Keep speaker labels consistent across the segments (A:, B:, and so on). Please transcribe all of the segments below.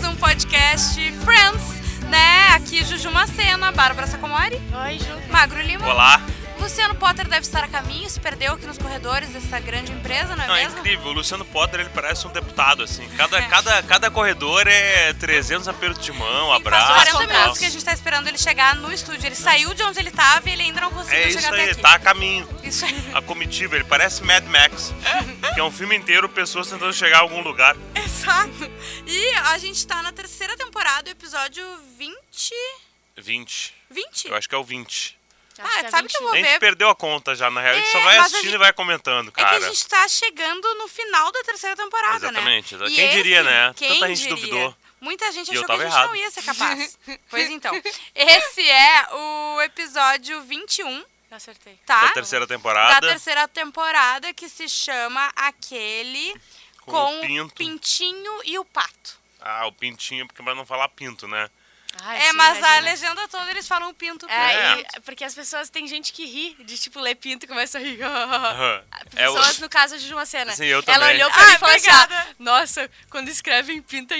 A: tá um podcast Friends, né? Aqui Juju Macena, Bárbara Sacomori. Oi, Ju. Magro Lima.
B: Olá.
A: Luciano Potter deve estar a caminho, se perdeu aqui nos corredores dessa grande empresa, não é
B: Não, é
A: mesmo? É.
B: incrível. O Luciano Potter, ele parece um deputado, assim. Cada, cada, cada corredor é 300 apertos de mão, um abraço.
A: Faz 40
B: tal.
A: minutos que a gente tá esperando ele chegar no estúdio. Ele saiu de onde ele tava e ele ainda não conseguiu
B: É
A: chegar
B: isso
A: até
B: aí,
A: aqui.
B: tá a caminho.
A: Isso aí.
B: A comitiva, ele parece Mad Max, que é um filme inteiro, pessoas tentando chegar a algum lugar.
A: Exato. E a gente tá na terceira temporada, o episódio 20.
B: 20.
A: 20?
B: Eu acho que é o 20.
A: Ah, sabe que eu vou
B: A gente
A: ver.
B: perdeu a conta já, na real. A gente
A: É,
B: só vai
A: mas a
B: assistindo
A: gente-
B: e vai comentando,
A: É que
B: cara.
A: a gente tá chegando no final da terceira temporada,
B: Exatamente,
A: né?
B: exatamente.
A: E
B: Quem
A: esse-
B: diria, né?
A: Quem
B: Tanta gente
A: diria?
B: duvidou.
A: Muita gente
B: E eu
A: achou que a
B: tava
A: gente
B: errado.
A: não ia ser capaz. pois então, esse é o episódio 21,
C: Acertei.
A: tá?
B: Da terceira
A: da
B: temporada.
A: terceira temporada que se chama Aquele
B: Com
A: com, o
B: o Pinto.
A: Pintinho e o Pato.
B: Ah, o pintinho, porque pra não falar pinto, né?
C: Ai,
A: é,
C: Ah, sim,
A: mas a
C: imagina.
A: legenda toda eles falam Pinto.
C: É,
B: É.
C: e- porque as pessoas, tem gente que ri de tipo ler pinto e começa a rir.
B: Aham. É o-
C: Pessoas, no caso de uma cena.
B: Sim, eu
C: Ela
B: também.
C: olhou pra mim
A: Ah,
C: e falou assim:
A: obrigada.
C: ah, Nossa, quando escrevem pinto é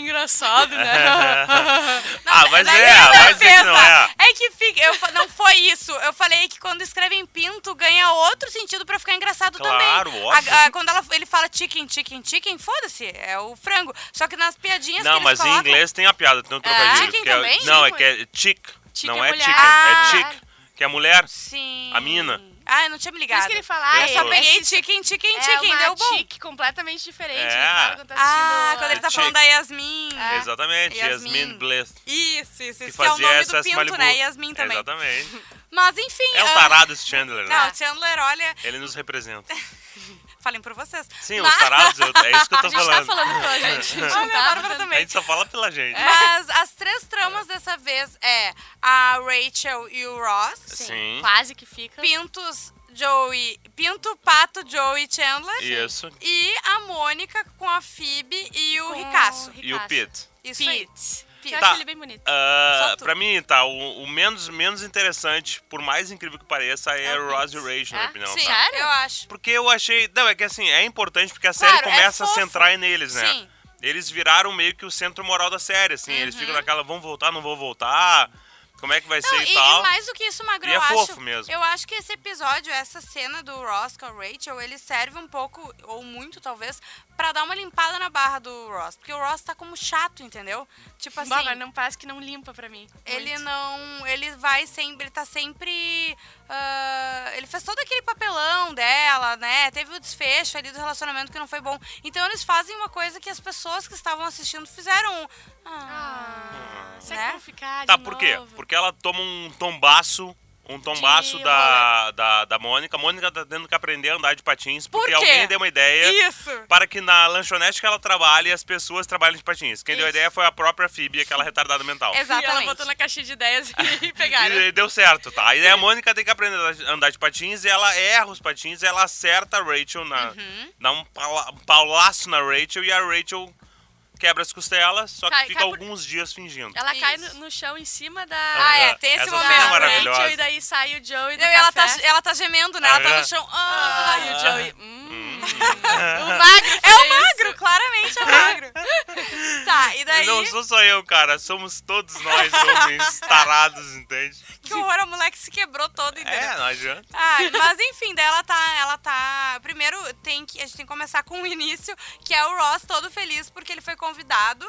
C: engraçado, né?
B: ah, mas
A: Na
B: é,
A: minha
B: vai dizer que
A: defesa,
B: não é.
A: é que fica, eu fa- não foi isso. Eu falei que quando escrevem pinto ganha outro sentido pra ficar engraçado
B: Claro,
A: também.
B: óbvio.
A: A- a- quando ela- ele fala chicken, chicken, chicken, foda-se, é o frango. Só que nas piadinhas que
B: Não,
A: eles
B: mas em
A: colocam-
B: inglês tem a piada, tem um trocadilho.
A: chicken
B: que é-
A: também?
B: não, é
C: Chicken.
B: que é chick.
C: Chick
B: não
C: é
B: é,
C: mulher.
B: chicken,
A: Ah.
B: é chick. Que é mulher.
A: Sim.
B: A mina.
A: Ah, eu não tinha me
C: Por
A: ligado.
C: isso que ele fala,
B: Eu
C: ah,
A: Eu só
B: Isso.
A: peguei chicken, chicken,
C: é
A: chicken,
C: uma
A: deu bom.
C: tique completamente diferente.
B: É.
C: ele fala quando tá
A: Ah,
C: assistindo
A: quando ele tá
B: Chick.
A: falando da Yasmin.
C: É.
B: Exatamente,
A: Ah. Yasmin.
B: Yasmin Bliss.
A: Isso, isso,
B: Que
A: isso. Que é o
B: fazia
A: nome
B: essa
A: do pinto,
B: Malibu. É,
A: né? Yasmin também.
B: Exatamente.
A: Mas enfim.
B: É um
A: ah,
B: tarado esse Chandler, né?
A: Não, Chandler, olha.
B: Ele nos representa.
A: Falem por vocês.
B: Sim,
A: Mas-
B: os tarados, eu- é isso que eu
C: A
B: tô
C: gente
B: falando.
C: tá falando pela gente. A gente É.
A: Ah,
C: não
A: minha
C: tá
A: Bárbara
C: botando-
B: A
A: também.
B: gente só fala pela gente.
A: Mas as três tramas dessa vez é a Rachel e o Ross,
C: assim.
B: Sim.
C: Quase que fica.
A: Pintos, Joey, Pinto, Pato, Joey e Chandler.
B: Isso.
A: E a Mônica com a Phoebe e o
C: Com
A: Ricasso.
B: E o Pete.
A: Isso aí.
C: Pete.
A: Pete.
C: Eu
B: Tá.
C: acho ele bem bonito.
B: Ah,
A: Só tu.
B: pra mim, tá, o, o menos, menos interessante, por mais incrível que pareça, é,
C: É o
B: Ross e Rachel,
C: Pete.
B: na
C: É?
B: minha opinião.
A: Ah, Sim,
B: tá?
C: Sério?
A: eu acho.
B: Porque eu achei. Não, é que assim, é importante porque a
A: Claro,
B: série
A: é
B: começa a
A: fofo.
B: centrar neles, né?
A: Sim. Uhum.
B: Eles viraram meio que o centro moral da série, assim. Eles ficam naquela, vão voltar, não vão voltar, como é que vai
A: Não,
B: ser
A: e,
B: e,
A: e
B: tal.
A: mais do que isso, Magro,
B: E é
A: eu acho.
B: fofo mesmo.
A: Eu acho que esse episódio, essa cena do Ross com a Rachel, ele serve um pouco, ou muito talvez, pra dar uma limpada na barra do Ross. Porque o Ross tá como chato, entendeu? Tipo assim.
C: Bom, mas não passa que não limpa pra mim.
A: Ele
C: Muito.
A: não. Ele vai sempre. Ele tá sempre. ah, ele fez todo aquele papelão dela, né? Teve o desfecho ali do relacionamento que não foi bom. Então eles fazem uma coisa que as pessoas que estavam assistindo fizeram. Ah,
C: Ah, será
A: Né?
C: que vão ficar de
B: Tá, por quê?
C: novo?
B: Porque ela toma um tombaço. Um tombaço
C: De
B: da, da, da Mônica. A Mônica tá tendo que aprender a andar de patins porque
A: quê?
B: alguém deu uma ideia
A: isso!
B: para que na lanchonete que ela trabalha as pessoas trabalhem de patins. Quem deu a
C: Isso.
B: ideia foi a própria Phoebe, aquela retardada mental.
A: É
C: E ela
A: Exatamente.
C: botou na caixinha de ideias e pegaram.
B: E deu certo, tá? E daí a Mônica tem que aprender a andar de patins e ela erra os patins e ela acerta a Rachel, na,
C: Uhum.
B: dá um, paula, um paulaço na Rachel e a Rachel quebra as costelas, só que
C: Cai-
B: fica
C: cai por-
B: alguns dias fingindo.
C: Ela cai
A: Isso.
C: no, no chão em cima da.
A: Ah, é, tem esse
B: Essa
C: da
B: cena
A: momento,
B: é
A: né?
B: maravilhosa.
C: Rachel, e daí sai o Joey do
A: Não, e ela tá,
C: café.
A: ela tá gemendo, né? Ela tá
B: Aham.
A: no chão.
C: Ah,
A: Ah,
C: e o Joey. Hum.
A: o
B: Ah.
A: magro! É
C: fez
A: o magro, claramente é o magro. tá, e daí.
B: Não sou só eu, cara. Somos todos nós homens tarados, entende?
A: Que horror, a moleque se quebrou toda, entendeu?
B: É, não adianta.
A: Ai, mas enfim, daí ela tá, ela tá. Primeiro tem que a gente tem que começar com o início, que é o Ross todo feliz porque ele foi convidado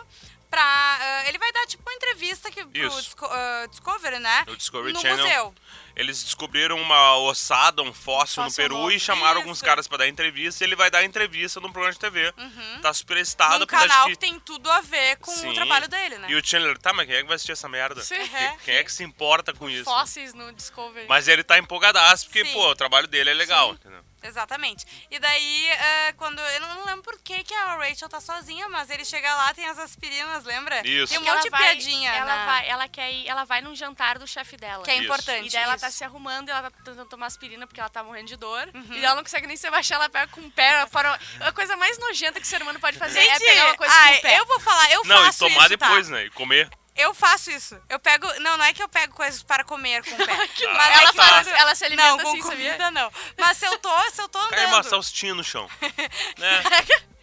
A: pra. ah, ele vai dar tipo uma entrevista que pro
B: Isso.
A: Disco- ah, Discovery, né?
B: No Discovery
A: no
B: Channel.
A: museu.
B: Eles descobriram uma ossada, um fóssil no
C: Fóssil
B: Peru
C: novo.
B: e chamaram alguns
A: Isso.
B: caras pra dar entrevista. E ele vai dar entrevista num programa de TV. Tá super excitado
A: Uhum. Num
B: porque acho
A: canal que...
B: que-
A: tem tudo a ver com
B: Sim.
A: o trabalho dele, né?
B: E o Chandler, tá, mas quem é que vai assistir essa merda?
C: Sim.
B: Quem- Quem é que se importa com isso?
C: Fósseis no Discovery.
B: Mas ele tá empolgadaço, porque,
A: Sim.
B: pô, o trabalho dele é legal. entendeu?
A: Exatamente. E daí, ah, quando. Eu não lembro por que, que a Rachel tá sozinha, mas ele chega lá, tem as aspirinas, lembra?
B: Isso.
A: Tem um
C: Porque ela
A: monte de
C: vai-
A: piadinha.
C: Ela,
A: na-
C: vai, ela, quer ir, ela vai num jantar do chefe dela.
A: Que é
B: Isso.
A: importante.
C: E daí ela tá
A: isso.
C: se arrumando, ela tá tentando tomar aspirina porque ela tá morrendo de dor.
A: Uhum.
C: E ela não consegue nem se abaixar, ela pega com o pé. ela fora- é A coisa mais nojenta que o ser humano pode fazer é
A: Gente,
C: pegar uma coisa
A: ai,
C: com o pé.
A: eu vou falar, eu
B: Não, e
A: faço
B: tomar
A: isso, tá?
B: depois, né? E comer.
A: Eu faço isso. Eu pego. Não, não é que eu pego coisas para comer com o
B: Ah,
A: pé.
C: Que
A: Mas
C: nojo.
A: é
C: Ela
A: que
C: faz-
A: quando-
C: ela se alimenta
A: não, com
C: assim, sabia?
A: comida, não. Mas se eu tô, se eu tô Tá andando.
B: Cai uma salsichinha no chão. né?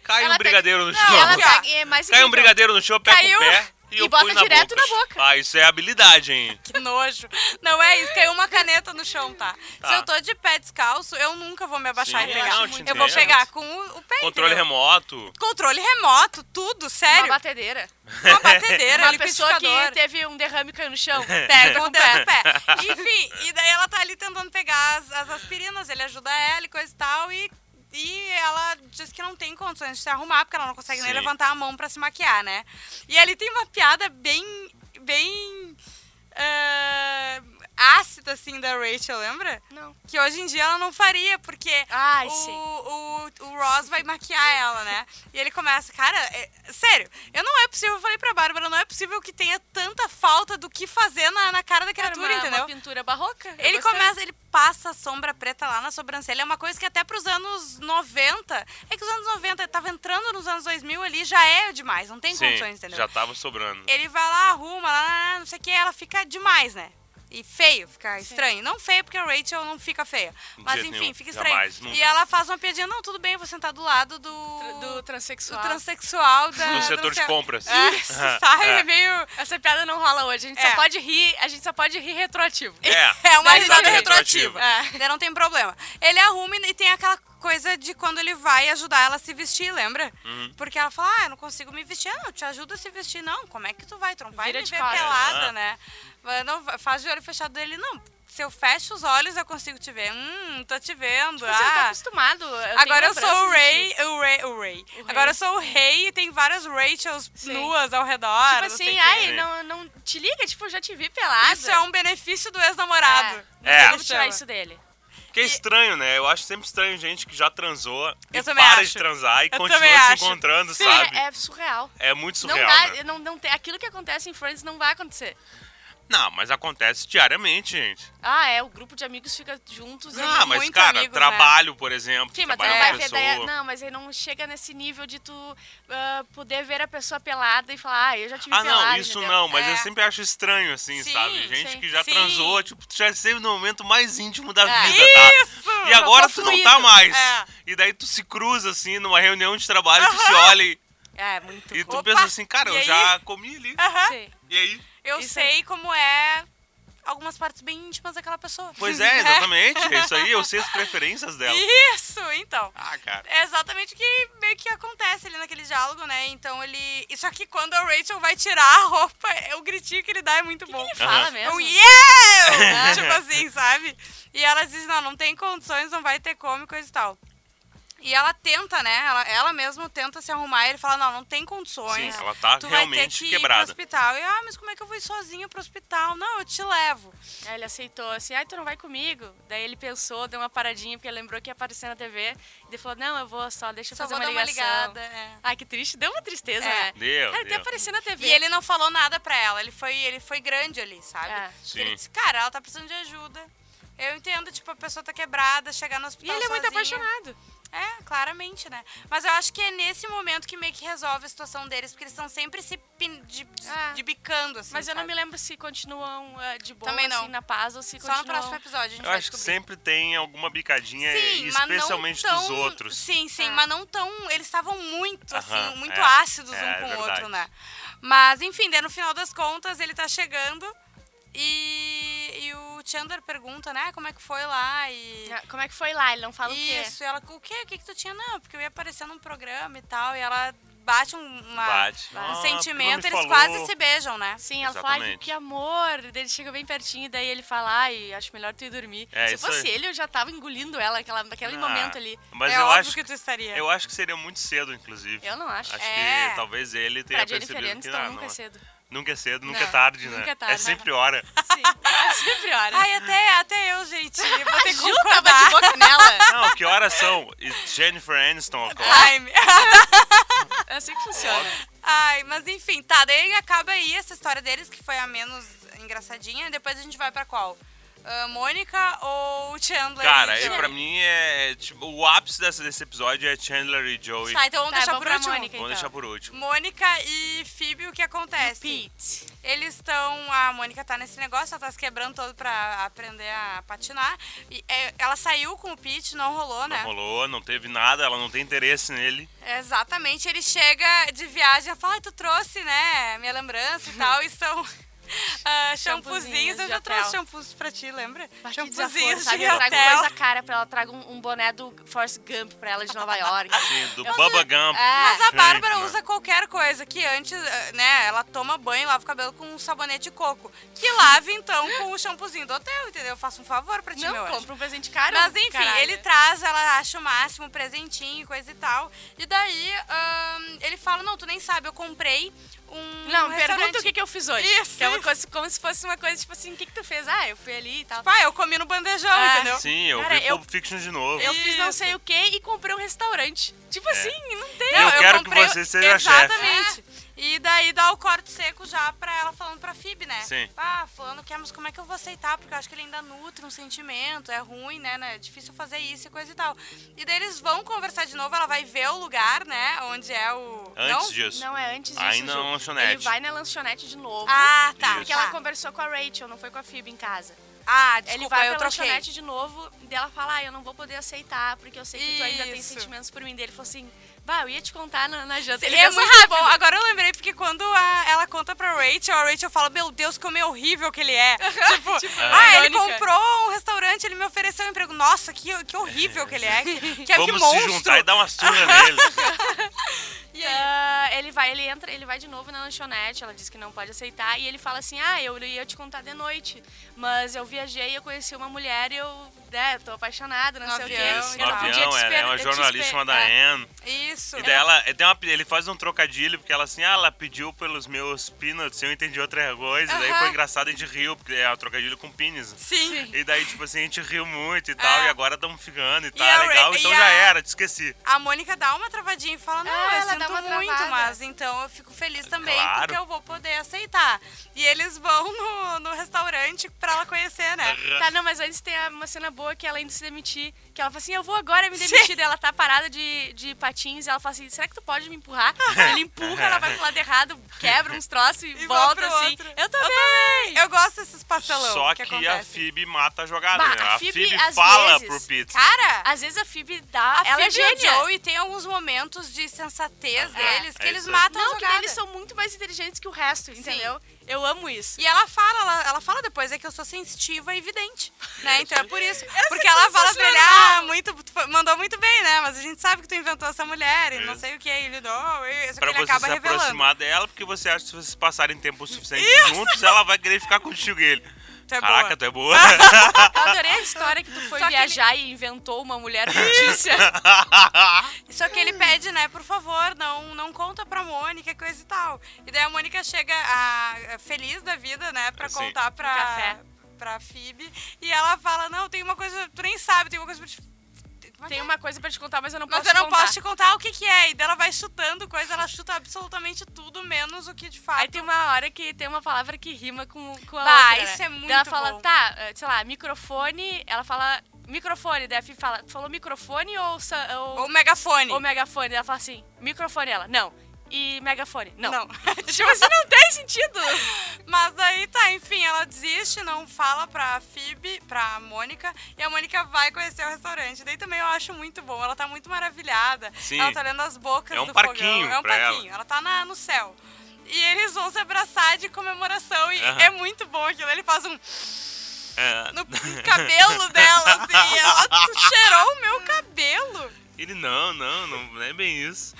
B: Cai
C: Ela
B: um
C: pega-
B: brigadeiro no
C: Não,
B: chão.
C: ela
A: Aqui, ó.
C: pega, é mais
B: Cai um
C: incrível.
B: brigadeiro no chão, pega
A: Caiu-
B: o pé.
C: E bota direto na boca.
B: Ah, isso é habilidade, hein?
A: Que nojo. Não é isso, caiu uma caneta no chão, tá?
B: Tá.
A: Se eu tô de pé descalço, eu nunca vou me abaixar
B: Sim,
A: e pegar.
B: não, te
A: eu vou
B: entendo.
A: pegar com o, o pé.
B: Controle
A: É, entendeu?
B: remoto.
A: Controle remoto, tudo, sério.
C: Uma batedeira.
A: Uma batedeira,
C: Uma pessoa
A: liquidificador.
C: que teve um derrame e caiu no chão.
A: Pega o dedo do pé. Enfim, e daí ela tá ali tentando pegar as, as aspirinas, ele ajuda ela e coisa e tal, e, e ela diz que não tem condições de se arrumar, porque ela não consegue nem
B: Sim.
A: levantar a mão pra se maquiar, né? E ali tem uma piada bem, bem ah, ácida, assim, da Rachel, lembra?
C: Não.
A: Que hoje em dia ela não faria, porque
C: Ai,
A: o,
C: sim.
A: o, o Ross vai maquiar ela, né? E ele começa, cara, é- sério, eu não é possível, eu falei pra Bárbara, não é possível que tenha tanta falta do que fazer na, na cara da
C: Era
A: criatura,
C: uma,
A: entendeu?
C: uma pintura barroca. Eu
A: Ele
C: gostei.
A: começa, ele passa a sombra preta lá na sobrancelha. É uma coisa que até pros anos 90. É que os anos 90 tava entrando nos anos 2000 ali, já é demais, não tem
B: Sim,
A: condições, entendeu? É,
B: já tava sobrando.
A: Ele vai lá, arruma, lá, lá, lá, não sei o que, ela fica demais, né? E feio, fica estranho. Não feio, porque a Rachel não fica feia.
B: De
A: Mas
B: jeito
A: enfim,
B: nenhum,
A: fica estranho.
B: jamais, nunca.
A: e ela faz uma piadinha, não, tudo bem, eu vou sentar do lado do.
C: Tra- do
A: do
C: transexual.
A: transexual da.
B: Do setor
A: não sei-
B: de compras.
A: Isso, sabe? É meio.
C: Essa piada não rola hoje. A gente
A: É.
C: só pode rir, a gente só pode rir retroativo.
B: É.
A: É uma
C: Daí
A: risada
C: vai
A: retroativa.
B: retroativa.
A: É. Daí Não tem problema. Ele arruma e tem aquela coisa de quando ele vai ajudar ela a se vestir, lembra?
C: Uhum.
A: Porque ela fala, ah, eu não consigo me vestir. Ah, não, te ajudo a se vestir. Não, como é que tu vai? Tu não vai
C: Vira
A: me
C: de
A: ver
C: costas. É.
A: pelada,
B: Ah.
A: né? Mas Não, faz de olho fechado dele. Não, se eu fecho os olhos, eu consigo te ver. Hum, tô te vendo.
C: Você não tá
A: ah.
C: acostumado. eu tenho
A: Agora eu sou
C: lembranças
A: o Ray,
C: disso. Tipo
A: o Ray, o Ray.
C: O Ray.
A: Agora eu sou o Rei e tem várias Rachels
C: Sim.
A: nuas ao redor. não
C: Tipo
A: sei o quê.
C: assim, ai, não, não te liga, tipo, eu já te vi pelado.
A: Isso é um benefício do ex-namorado.
B: É. É.
C: Vamos tirar isso um dele.
B: Que é estranho, né? Eu acho sempre estranho gente que já transou
A: Eu
B: e
A: também
B: para
A: acho.
B: de transar e
A: Eu
B: continua
A: também
B: se
A: acho.
B: encontrando,
C: Sim,
B: sabe?
C: é, é surreal.
B: É muito
C: Não
B: surreal.
C: dá,
B: né?
C: não, não tem, aquilo que acontece em Friends não vai acontecer.
B: Não, mas acontece diariamente, gente.
C: Ah, é, o grupo de amigos fica juntos. é e-
B: Ah, mas
A: muito
B: cara,
A: amigo, né? é,
B: trabalho, por exemplo.
C: Sim, mas tu
B: trabalho
C: não
B: com
C: vai
B: a
C: ver,
B: pessoa.
C: daí, é não, mas aí não chega nesse nível de tu ah, poder ver a pessoa pelada e falar, ah, eu já tive
B: Ah,
C: pelada.
B: não, isso
C: entendeu?
B: não, mas
A: É.
B: eu sempre acho estranho, assim,
A: Sim,
B: sabe? Gente
C: sim,
B: que já
A: sim.
B: transou, tipo, tu já esteve no momento mais íntimo da
C: É.
B: vida, tá?
A: Isso!
B: E agora tu não tá
C: fluido.
B: mais.
A: É.
B: E daí tu se cruza, assim, numa reunião de trabalho, tu se olha e,
A: É, muito
B: e tu
A: Opa!
B: pensa assim, cara,
A: E
B: eu
A: aí?
B: já comi ali.
A: Aham.
C: Sim.
B: E aí?
A: Eu
C: Isso
A: sei como é algumas partes bem íntimas daquela pessoa.
B: Pois é, exatamente. É isso aí, eu sei as preferências dela.
A: Isso, então.
B: Ah, cara.
A: É exatamente o que meio que acontece ali naquele diálogo, né? Então ele. Isso aqui, quando a Rachel vai tirar a roupa, é- o gritinho que ele dá é muito bom.
C: Ele fala
B: Aham.
A: É
C: mesmo.
A: um yeah! tipo assim, sabe? E ela diz: não, não tem condições, não vai ter como e coisa e tal. E ela tenta, né? Ela, ela mesma tenta se arrumar e ele fala: não, não tem
B: Sim,
A: condições.
B: ela tá
A: tu vai ter
B: realmente
A: que ir pro
B: quebrada.
A: hospital. E, ah, mas como é que eu vou ir sozinha pro hospital? Não, eu te levo.
C: Aí ele aceitou, assim, ai, tu não vai comigo? Daí ele pensou, deu uma paradinha, porque ele lembrou que ia aparecer na TV. E ele falou, não, eu vou só, deixa eu
A: Só
C: fazer
A: Tipo, vou dar uma
C: uma ligação.
A: ligada. é.
C: Ai, que triste, deu uma tristeza,
A: É.
C: né?
B: Deu,
C: Cara, até
B: deu.
C: aparecer na TV.
A: E ele não falou nada pra ela, ele foi, ele foi grande ali, sabe?
C: É.
A: Porque Ele
B: Sim.
A: disse, cara, ela tá precisando de ajuda. Eu entendo, tipo, a pessoa tá quebrada, chegar no
C: E
A: hospital
C: ele é muito
A: sozinha.
C: apaixonado.
A: É, claramente, né? Mas eu acho que é nesse momento que meio que resolve a situação deles, porque eles estão sempre se pin- de,
C: É.
A: de bicando, assim,
C: Mas eu não
A: sabe?
C: me lembro se continuam ah, de boa,
A: Também não.
C: assim, na paz, ou se
A: Só no
C: continuam...
A: próximo episódio a gente
B: Eu
A: vai
B: acho que
A: descobrir.
B: sempre tem alguma bicadinha, e
A: mas não
B: especialmente
A: tão-
B: dos outros.
A: Sim, sim,
C: Ah.
A: mas não tão. Eles estavam muito,
B: Aham,
A: assim, muito
B: é.
A: ácidos
B: É,
A: um com
B: é
A: o outro,
B: verdade.
A: né? Mas, enfim, daí no final das contas, ele tá chegando e, e o Chandler pergunta, né, como é que foi lá e.
C: Ah, Como é que foi lá? Ele não fala o quê?
A: Isso, e ela, o quê? O que que tu tinha? Não, porque eu ia aparecer num programa e tal, e ela bate um, uma-
B: Bate.
A: um
B: Ah,
A: sentimento,
B: porque não
A: eles
B: me
A: quase
B: falou.
A: se beijam, né?
C: Sim, ela fala, ai,
B: Exatamente.
C: que amor. Daí ele chega bem pertinho, daí ele fala, ai, acho melhor tu ir dormir.
B: É,
C: Se
B: isso
C: fosse
B: aí.
C: ele, eu já tava engolindo ela naquela, naquele
B: Ah,
C: momento ali.
B: Mas
A: é
B: eu
A: óbvio
B: acho
A: que tu estaria.
B: Eu acho que seria muito cedo, inclusive.
C: Eu não acho.
B: Acho
A: É.
B: que talvez ele tenha
C: Pra Jennifer
B: percebido que
C: Aniston,
B: não,
C: nunca
B: não
C: é cedo.
B: Nunca é cedo, nunca
A: Não,
B: é tarde, né?
C: nunca é tarde.
B: sempre hora.
C: Sim, sempre hora.
A: Ai, até, até eu, gente, é vou ter que
C: Ju tava
A: concordar.
C: de boca nela.
B: Não, que horas são? E Jennifer Aniston acorda.
A: Ai, meu-
C: É assim que funciona.
A: Ai, mas enfim, tá, daí acaba aí essa história deles, que foi a menos engraçadinha. Depois a gente vai pra qual? ah, Mônica ou Chandler?
B: Cara,
A: e
B: é,
A: Joey?
B: pra mim é. tipo, o ápice desse, desse episódio é Chandler e Joey.
A: Tá, então vamos
C: Tá,
A: deixar
C: vamos
A: por
C: pra
A: último.
C: Mônica.
B: É, Vamos
C: então.
B: deixar por último.
A: Mônica e Phoebe, o que acontece?
C: Pete.
A: Eles estão. A Mônica tá nesse negócio, ela tá se quebrando todo pra aprender a patinar. E é, ela saiu com o Pete, não rolou, né?
B: Não rolou, não teve nada, ela não tem interesse nele.
A: Exatamente. Ele chega de viagem e fala: "Ai, tu trouxe, né? Minha lembrança e tal. E são. ah,
C: Shampoozinhos
A: champuzinhos, eu
C: de
A: já
C: hotel.
A: trouxe shampoos pra ti, lembra?
C: Bah, que desaforo,
A: Champuzinhos
C: sabe?
A: de
C: Eu trago uma
A: hotel.
C: um coisa cara pra ela, eu trago um, um boné do Force Gump pra ela de Nova York.
B: Sim, do Bubba Gump.
A: É. Mas a
B: Gente,
A: Bárbara
B: mano.
A: usa qualquer coisa, que antes, ah, né, ela toma banho e lava o cabelo com um sabonete de coco. Que lave, então, com o shampoozinho do hotel, entendeu? Eu faço um favor pra ti, meu
C: Não,
A: anjo.
C: compra um presente caro.
A: Mas enfim,
C: caralho.
A: ele tá traz, ela acha o máximo, um presentinho, coisa e tal. E daí, ahn, ele fala, não, tu nem sabe, eu comprei um
C: Não,
A: restaurante.
C: pergunta o que, que eu fiz hoje.
A: Isso,
C: Que é uma
A: isso.
C: coisa, como se fosse uma coisa, tipo assim, o que, que tu fez? Ah, eu fui ali e tal.
A: Pai, eu comi no bandejão,
C: É.
A: entendeu?
B: Sim, eu
C: Cara,
B: vi
C: eu-
B: Pulp Fiction de novo.
C: Eu fiz não
A: Isso.
C: sei o que e comprei um restaurante. Tipo assim, não tem.
B: É. Eu quero que você seja
A: Exatamente. E daí dá o corte seco já pra ela falando pra Fib, né?
B: Sim.
A: Ah, fulano quer, mas como é que eu vou aceitar? Porque eu acho que ele ainda nutre um sentimento, é ruim, né? né? É difícil fazer isso e coisa e tal. E daí eles vão conversar de novo, ela vai ver o lugar, né? Onde é o.
B: Antes
A: não?
B: disso.
C: Não, é antes disso.
B: Aí na
C: Ju.
B: lanchonete.
C: Ele vai na lanchonete de novo.
A: Ah, tá.
B: Isso.
C: Porque ela
A: tá.
C: conversou com a Rachel, não foi com a Phoebe em casa.
A: Ah, desculpa,
C: ele vai
A: eu
C: pra
A: troquei.
C: lanchonete de novo, e dela fala, ah, eu não vou poder aceitar, porque eu sei que tu ainda tem
A: Isso.
C: sentimentos por mim. Daí ele falou assim, bah, eu ia te contar na, na janta.
A: Ele
C: Ele
A: é
C: pensou
A: muito
C: rápido.
A: bom. Agora eu lembrei, porque quando a- ela conta pra Rachel, a Rachel fala, meu Deus, como é horrível que ele é. tipo, ah, ele
C: é irônica.
A: comprou um restaurante, ele me ofereceu um emprego. Nossa, que, que horrível que ele é. Que, que, que
B: Vamos se
A: monstro.
B: juntar e dar uma surra nele.
C: E aí, ele vai, ele entra, ele vai de novo na lanchonete, ela diz que não pode aceitar, e ele fala assim, ah, eu ia te contar de noite, mas eu viajei, eu conheci uma mulher e eu, né, tô apaixonada, não
A: No
C: sei
A: avião,
C: o
B: Isso,
C: quê.
B: no
C: Eu não podia
B: avião, ela
C: te esper-
B: é uma
C: te
B: jornalista
C: esper-
B: chamada
C: é.
B: Anne.
A: Isso. né?
B: E daí ela, tem uma- ele faz um trocadilho, porque ela assim, ah, ela pediu pelos meus peanuts, eu entendi outra coisa. E daí
A: Aham.
B: foi engraçado, a gente riu, porque é um trocadilho com pênis.
A: Sim.
B: E daí, tipo assim, a gente riu muito e tal,
A: É.
B: e agora estamos ficando e tá
A: a Ra-
B: legal.
A: e
B: Então
A: a-
B: já era, te esqueci.
A: A Mônica dá uma travadinha e fala, não,
C: Ah,
A: eu
C: ela dá
A: sinto
C: uma
A: muito,
C: travada.
A: mas então eu fico feliz também,
B: Claro.
A: porque eu vou poder aceitar. E eles vão no, no restaurante pra ela conhecer, né?
C: Tá, não, mas antes tem a- uma cena boa que ela indo se demitir, que ela fala assim, eu vou agora me demitir, daí ela tá parada de, de patins, e ela fala assim, será que tu pode me empurrar? Ele empurra, ela vai pro lado errado, quebra uns troços e,
A: E vai
C: volta
A: pro
C: assim,
A: outro.
C: eu também!
A: Eu gosto desses pastelão
B: Só que,
A: que,
B: a
A: acontece.
B: Phoebe mata a jogada,
C: Bah,
B: né?
C: a
B: A
C: Phoebe,
B: Phoebe,
C: às
B: fala
C: vezes,
B: pro né, Pete.
A: Cara,
C: Às vezes a Phoebe dá,
A: A
C: ela é
A: Phoebe e o
C: gênia.
A: Joey tem alguns momentos de sensatez deles que
B: é
A: eles
B: isso aí.
A: matam a
C: Não, que daí
A: Tá jogada.
C: eles são muito mais inteligentes que o resto, entendeu? Eu amo isso.
A: E ela fala, ela, ela fala depois, é que eu sou sensitiva e vidente, né? Então é por isso. Porque ela fala pra ele, ah, muito, tu foi- mandou muito bem, né? Mas a gente sabe que tu inventou essa mulher e não sei o que, ele não, e, só que
B: É. Pra
A: ele
B: você
A: acaba
B: se
A: revelando.
B: aproximar dela, porque você acha que se vocês passarem tempo suficiente juntos, ela vai querer ficar contigo e ele.
A: Tu é
B: Caraca,
A: boa.
B: tu é boa.
C: Eu adorei a história que tu foi
A: Só que
C: viajar e inventou uma mulher fictícia.
A: Só que
C: Ah.
A: ele pede, né, por favor, não, não conta pra Mônica, é coisa e tal. E daí a Mônica chega a, a feliz da vida, né, pra
B: Assim.
A: contar pra,
C: café.
A: pra Phoebe. E ela fala, não, tem uma coisa, tu nem sabe, tem uma coisa pra te... Como é que
C: Tem
A: é?
C: uma coisa pra te contar, mas eu não
A: Mas
C: posso
A: eu não
C: contar.
A: posso te contar o que que é. E daí ela vai chutando coisa, ela chuta absolutamente tudo, menos o que de fato...
C: Aí tem uma hora que tem uma palavra que rima com, com a
A: Bah,
C: outra.
A: isso
C: né?
A: é
C: Daí
A: muito
C: Ela fala,
A: bom.
C: tá, eh, sei lá, microfone. Ela fala, microfone. Daí a Fih fala, tu falou microfone ou, sa-
A: Ou megafone.
C: ou megafone? Daí ela fala assim, microfone. Ela, não. E megafone, não.
A: Não.
C: tipo assim, não tem sentido.
A: Mas daí tá, enfim, ela desiste, não fala pra Phoebe, pra Mônica, e a Mônica vai conhecer o restaurante. Daí também eu acho muito bom, ela tá muito maravilhada.
B: Sim.
A: Ela tá olhando as bocas
B: É um
A: do
B: parquinho
A: fogão. É um
B: pra ela.
A: parquinho, ela, tá na- no céu. E eles vão se abraçar de comemoração e
B: Aham.
A: é muito bom aquilo. Ele faz um
B: É.
A: no cabelo dela, assim, e ela "Tu cheirou o meu cabelo.
B: Ele, não, não, não, não é bem isso.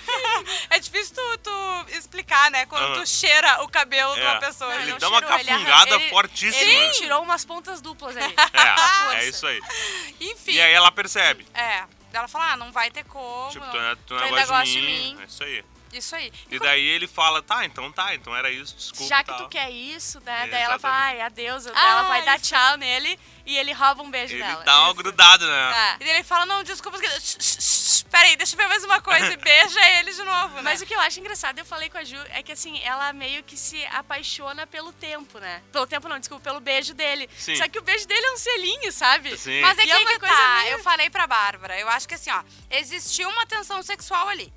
A: É difícil tu, tu explicar, né? Quando
B: Aham.
A: tu cheira o cabelo de uma
B: É.
A: pessoa. né?
B: Ele
A: não
B: dá uma
C: cheirou, ele arran-
B: cafungada
C: ele-
B: fortíssima.
C: Ele tirou umas pontas duplas ali.
B: É,
A: Nossa.
B: é isso aí.
A: Enfim.
B: E aí ela percebe.
A: É. Daí Ela fala, ah, não vai ter como.
B: Tipo,
A: não-
B: tu não, tu não
A: ainda
B: gosta
A: gosta
B: de mim. É isso aí.
A: Isso aí.
B: E daí ele fala, tá, então tá, então era isso, desculpa.
C: Já que
B: e
C: tu
B: tal.
C: quer isso, né?
B: Exatamente.
C: Daí ela vai, adeus, daí
A: Ah,
C: ela vai dar
A: isso.
C: tchau nele e ele rouba um beijo
B: Ele
C: dela.
B: dá uma
C: Isso.
B: grudada, né?
C: É.
A: E daí ele fala, não, desculpa, esqueci. Shh, shh, shh, peraí, deixa eu ver mais uma coisa e beija ele de novo, né?
C: Mas o que eu acho engraçado, eu falei com a Ju, é que assim, ela meio que se apaixona pelo tempo, né? Pelo tempo não, desculpa, pelo beijo dele.
B: Sim.
C: Só que o beijo dele é um selinho, sabe?
B: Sim.
A: Mas é
C: E
A: que,
C: é
A: aí
C: uma
A: que
C: coisa
A: tá,
C: meio-
A: eu falei pra Bárbara, eu acho que assim, ó, existiu uma tensão sexual ali.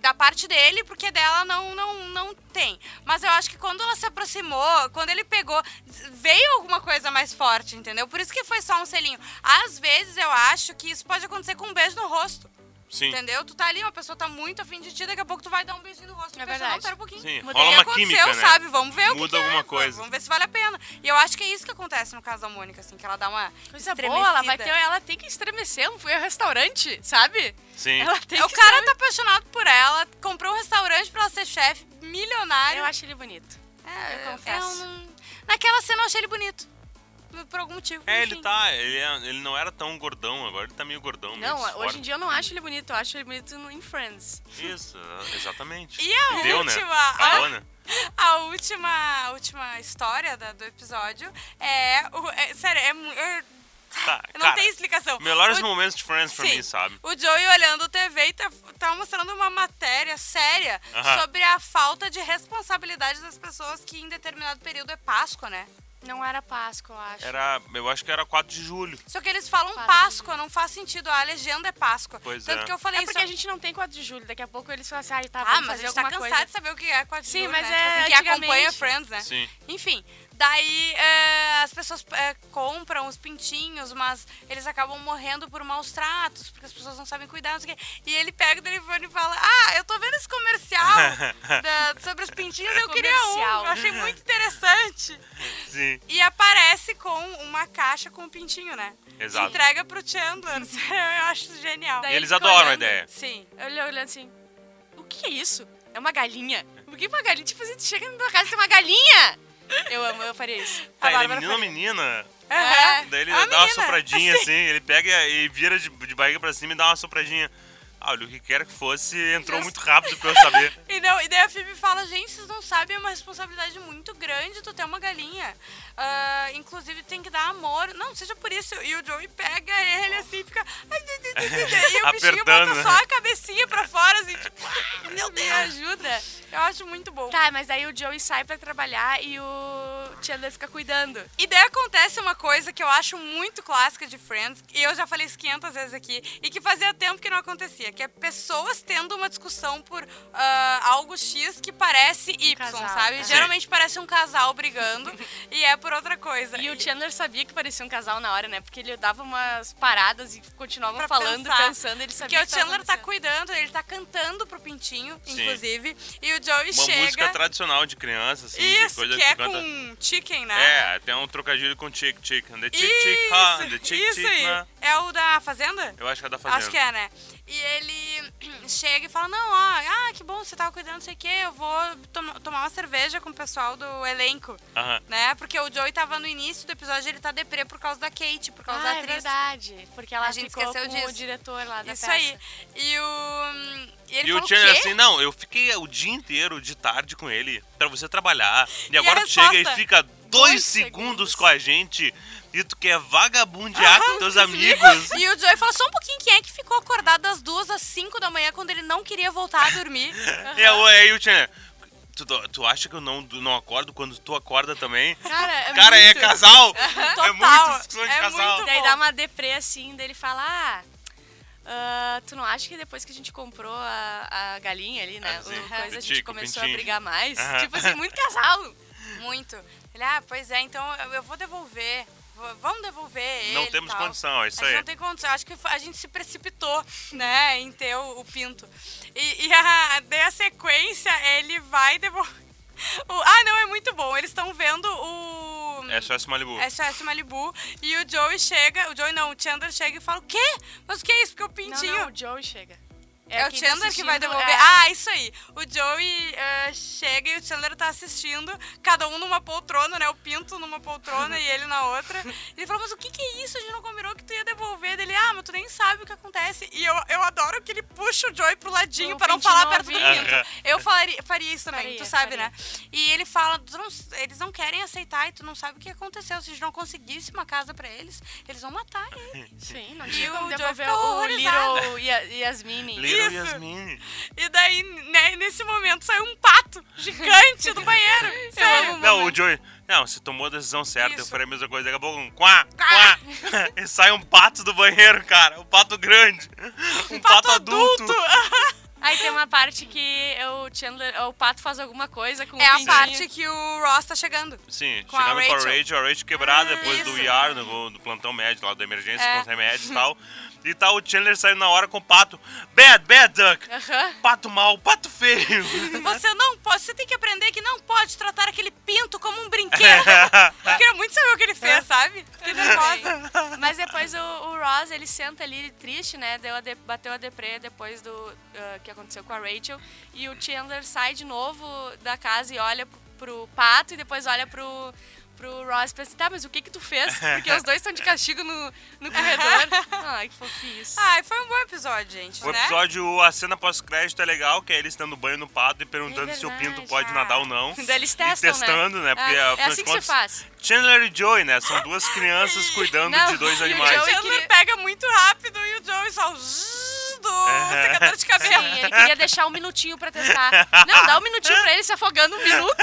A: Da parte dele, porque dela não, não, não tem. Mas eu acho que quando ela se aproximou, quando ele pegou, veio alguma coisa mais forte, entendeu? Por isso que foi só um selinho. Às vezes eu acho que isso pode acontecer com um beijo no rosto.
B: Sim.
A: Entendeu? Tu tá ali, uma pessoa tá muito afim de ti, daqui a pouco tu vai dar um beijinho no rosto.
C: É
A: da pessoa,
C: verdade.
A: Não, pera um pouquinho.
B: Sim,
A: O
B: rola
A: que
B: uma
A: aconteceu,
B: química, né?
A: sabe? Vamos ver o que
B: Muda
A: que é,
B: alguma
A: vamos-
B: coisa.
A: Vamos ver se vale a pena. E eu acho que é isso que acontece no caso da Mônica, assim, que ela dá uma
C: Coisa boa, ela vai ter.
A: estremecida.
C: Ela tem que estremecer, um- foi ao restaurante, sabe?
B: Sim.
C: Ela tem
A: É, o
C: que
A: cara
C: estremecer.
A: tá apaixonado por ela, comprou um restaurante pra ela ser chefe, milionário.
C: Eu acho ele bonito.
A: É,
C: eu confesso.
A: eu não- Naquela cena eu achei ele bonito. Por algum motivo.
B: É,
A: enfim.
B: ele tá. Ele, é- ele não era tão gordão, agora ele tá meio gordão. meio
C: Não, hoje
B: disforme.
C: em dia eu não acho ele bonito, eu acho ele bonito no- em Friends.
B: Isso, exatamente.
A: E a
B: Deu, né?
A: última? Ah,
B: Acabou, né?
A: A última, a última história da- do episódio é, o- é- Sério, é. mu- é-
B: Tá,
A: não
B: cara,
A: tem explicação.
B: Melhores
A: O-
B: momentos de Friends pra
A: Sim.
B: mim, sabe?
A: O Joey olhando TV e tá, tá mostrando uma matéria séria
B: Aham.
A: sobre a falta de responsabilidade das pessoas que em determinado período é Páscoa, né?
C: Não era Páscoa, eu acho.
B: Era, eu acho que era 4 de julho.
A: Só que eles falam
C: Para de
A: Páscoa, não faz sentido. A legenda é Páscoa.
B: Pois
A: Tanto
B: é.
A: que eu falei
C: É porque
A: isso.
C: a gente não tem 4 de julho, daqui a pouco eles falam assim, ah, tá,
A: Ah,
C: vamos
A: mas a
C: fazer
A: gente tá
C: alguma
A: cansado
C: coisa.
A: de saber o que é 4 de
C: Sim,
A: julho,
C: mas
A: né?
C: é
A: Tipo assim, que
C: antigamente.
A: acompanha Friends, né?
B: Sim.
A: Enfim, daí é, as pessoas é, compram os pintinhos, mas eles acabam morrendo por maus tratos, porque as pessoas não sabem cuidar, não sei o quê. E ele pega o telefone e fala, ah, eu tô vendo esse comercial da- sobre os pintinhos, eu queria um.
C: Comercial.
A: Eu achei muito interessante.
B: Sim.
A: E aparece com uma caixa com o pintinho, né?
B: Exato.
A: Entrega pro Chandler, eu acho genial.
C: Daí
B: E eles
C: ele fica
B: adoram a
C: olhando.
B: ideia.
A: Sim.
C: Eu olhei olhando assim, o que é isso? É uma galinha? Por que uma galinha? Tipo, você chega na tua casa e tem uma galinha! Eu amo, eu faria isso.
B: Tá, ele é
A: Bárbara
B: menino ou
A: faria.
B: menina?
C: É.
A: Aham.
B: Daí ele
A: A
B: dá uma
A: É, menina,
B: sopradinha assim, ele pega e vira de, de barriga pra cima e dá uma sopradinha. Ah, olha, o que quer que fosse entrou muito rápido pra eu saber.
A: E, não, e daí a Phoebe fala, gente, vocês não sabem, é uma responsabilidade muito grande tu ter uma galinha. Ah, inclusive, tem que dar amor. Não, seja por isso. E o Joey pega ele assim, fica... E o bichinho
B: Apertando,
A: bota
B: né?
A: só a cabecinha pra fora, assim, tipo... "Ah, Meu
C: Me
A: Deus!
C: ajuda.
A: Eu acho muito bom.
C: Tá, mas daí o Joey sai pra trabalhar e o Chandler fica cuidando.
A: E daí acontece uma coisa que eu acho muito clássica de Friends, e eu já falei isso 500 vezes aqui, e que fazia tempo que não acontecia, que é pessoas tendo uma discussão por ah, algo X que parece Y,
C: casal,
A: sabe?
C: é.
A: Geralmente parece um casal brigando, e é por outra coisa.
C: E o Chandler sabia que parecia um casal na hora, né? Porque ele dava umas paradas e continuava
A: Pra
C: falando,
A: pensar.
C: pensando, ele sabia
A: Porque o
C: que tava
A: Chandler tá
C: acontecendo.
A: cuidando, ele tá cantando pro Pintinho,
B: Sim.
A: inclusive, e o Joey
B: Uma
A: chega...
B: música tradicional de criança, assim, de
A: isso,
B: coisa
A: que é
B: canta.
A: com chicken, né?
B: É, tem um trocadilho com chick chick. The chick chick, ha, the
A: Isso,
B: chick
A: isso
B: chick,
A: aí.
B: na.
A: É o da Fazenda?
B: Eu acho que né? é da fazenda.
A: Acho que é, né? E ele chega e fala: Não, ó, ah, que bom, você tava cuidando, não sei o quê, eu vou tom- tomar uma cerveja com o pessoal do elenco.
B: Aham.
A: Né? Porque o Joey tava no início do episódio, ele tá deprê por causa da Kate, por causa
C: Ah,
A: da
C: é
A: atriz.
C: verdade. Porque ela
A: A gente
C: ficou
A: esqueceu
C: com
A: disso.
C: o diretor lá da
A: Isso
C: peça.
A: aí. E o. E ele
B: E
A: fala,
B: o Chandler
A: quê?
B: assim, não, eu fiquei o dia inteiro de tarde com ele pra você trabalhar. E
A: a
B: agora tu chega e
A: resposta?
B: fica dois,
C: Dois
B: segundos,
C: segundos.
B: com a gente e tu quer vagabundear com teus amigos.
A: E o Joey fala só um pouquinho quem é que ficou acordado das duas às cinco da manhã quando ele não queria voltar a dormir.
B: E aí o Chandler, tu, tu acha que eu não, não acordo quando tu acorda também?
A: Ah,
C: Cara, é
B: Cara, é
C: muito.
B: casal! É
A: Total,
B: muito discussão de
A: é
B: casal.
A: muito-
C: Daí
A: bom.
C: dá uma deprê assim, daí ele fala: Ah, ah, tu não acha que depois que a gente comprou a, a galinha ali, né?
B: Ah,
C: o
B: sim.
C: coisa,
B: O
C: a gente
B: tico, o
C: começou a
B: pintinho.
C: brigar mais?
B: Aham.
C: Tipo assim, muito casal.
A: Muito. Ele, ah, pois é, então eu, eu vou devolver. V- Vamos devolver ele.
B: Não
A: e
B: temos
A: tal.
B: condição, é isso
A: A gente
B: aí.
A: não tem condição. Acho que fa- a gente se precipitou, né, em ter o, o pinto. E, e a, daí a sequência, ele vai devolver. o- ah, não, é muito bom. Eles estão vendo o.
B: É só esse Malibu.
A: SOS Malibu. E o Joey chega. O Joey não, o Chandler chega e fala: O quê? Mas o que é isso? Porque o
C: Não,
A: pintinho.
C: não, o Joe chega.
A: É, o
C: quem tá
A: Chandler que vai
C: assistindo,
A: devolver.
C: é.
A: Ah, isso aí. O Joey eh, chega e o Chandler tá assistindo, cada um numa poltrona, né? O Pinto numa poltrona e ele na outra. Ele falou, mas o que que é isso? A gente não combinou que tu ia devolver. Dele, ah, mas tu nem sabe o que acontece. E eu, eu adoro que ele puxa o Joey pro ladinho
C: O
A: pra não
C: Pintinho
A: falar
C: não
A: perto do
B: avisa.
A: Pinto. Eu falaria, faria isso também,
C: Faria,
A: tu sabe,
C: faria.
A: né? E ele fala, "Tu não- eles não querem aceitar e tu não sabe o que aconteceu. Se a gente não conseguisse uma casa pra eles, eles vão matar ele.
C: Sim, não
A: E
C: tinha
A: o
C: como
A: Joe
C: devolver
A: ficou
C: Ah, o
A: horrorizado.
C: Little Ya- Yasmini.
B: Little
A: Isso.
B: Yasmin.
A: E daí, né, nesse momento, saiu um pato gigante do banheiro. Sério.
B: É. Não, o tipo, Joey. Não, você tomou a decisão certa, eu
A: Isso.
B: faria a mesma coisa. Daqui a pouco um quá, quá. e sai um pato do banheiro, cara. Um pato grande. Um pato, adulto.
A: Ah,
C: Aí tem uma parte que o Chandler, o Pato faz alguma coisa com
A: É a
C: o pintinho.
A: parte que o Ross tá chegando.
B: Sim,
A: Com a
B: chegando com a
A: Rachel.
B: Rachel, a Rachel quebrada
A: Ah,
B: depois do
A: isso.
B: IR, do, do plantão médico lá, da emergência
A: É.
B: com os remédios e tal. E tá o Chandler saindo na hora com o pato. Bad, bad duck.
C: Aham.
B: Pato mal, pato feio.
A: Você não pode, você tem que aprender que não pode tratar aquele pinto como um brinquedo. Eu queria muito saber o que ele fez, sabe? Fiquei nervosa.
C: Mas depois o, o Ross, ele senta ali triste, né? Deu a de- bateu a deprê depois do ah, que aconteceu com a Rachel. E o Chandler sai de novo da casa e olha pro, pro Pato e depois olha pro, pro Ross e pensa, tá, mas o que que tu fez? Porque os dois estão de castigo no, no corredor. Ai, que fofinho isso.
A: Ai, foi um bom episódio, gente,
B: O
A: né?
B: episódio, a cena pós-crédito é legal, que é eles dando banho no pato e perguntando
C: É
B: se o
C: verdade,
B: pinto pode
C: ah.
B: nadar ou não.
C: Daí eles
B: E
C: testam, né?
B: testando, né? Porque,
C: Ah, é
B: afinal de
C: assim que se
B: contas,
C: faz.
B: Chandler e Joey, né? São duas crianças cuidando
C: Não,
B: de dois
C: e o
B: animais.
A: O
C: Joey- Eu
A: Chandler
C: queria-
A: pega muito rápido e o Joey só zzz, do
B: É.
A: secador de cabelo.
C: Sim, ele queria deixar um minutinho pra testar. Não, dá um minutinho pra ele se afogando um minuto.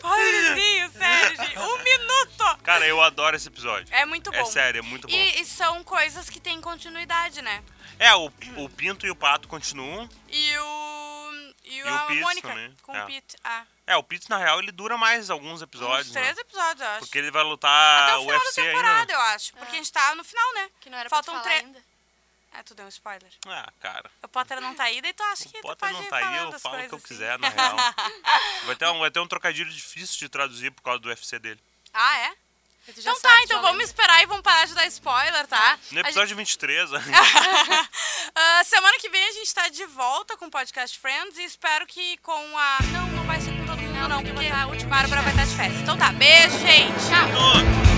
A: Pobrezinho, sério, gente. Um minuto!
B: Cara, eu adoro esse episódio.
A: É muito bom.
B: É sério, é muito bom.
A: E, e são coisas que têm continuidade, né?
B: É, o, o pinto e o pato continuam.
A: E o. E,
B: o
A: a
B: Pete
A: Mônica
B: também,
A: com
B: é.
A: o Pete. Ah,
B: É, o pinto, na real, ele dura mais alguns episódios,
A: uns
B: né?
A: três episódios, eu acho.
B: Porque ele vai lutar
A: Até o final
B: UFC
A: da
B: ainda.
A: temporada, eu acho. Porque a gente tá no final, né?
C: É. Que não era
A: Faltam
C: pra tu falar
A: três.
C: ainda.
A: É, tu deu um spoiler.
B: Ah, cara.
A: O Potter não tá aí, daí tu acha que
B: O
A: tu
B: Potter
A: pode
B: não
A: ir
B: tá aí,
A: falando
B: eu
A: as
B: falo o que eu
A: coisas assim.
B: quiser, na real. Vai ter, um, vai ter um trocadilho difícil de traduzir por causa do UFC dele.
A: Ah, é?
C: Tu já
A: Então
C: sabe,
A: tá, então
C: já
A: vamos esperar e vamos parar de dar spoiler, tá?
B: No
A: A
B: episódio 23,
A: Ah, semana que vem a gente tá de volta com o Podcast Friends e espero que com a. Não, não vai ser com todo mundo, não,
C: porque
A: porque
C: vai estar a
A: a
C: última
A: Bárbara vai estar de festa. Então tá, beijo, gente! Tchau!
B: Não.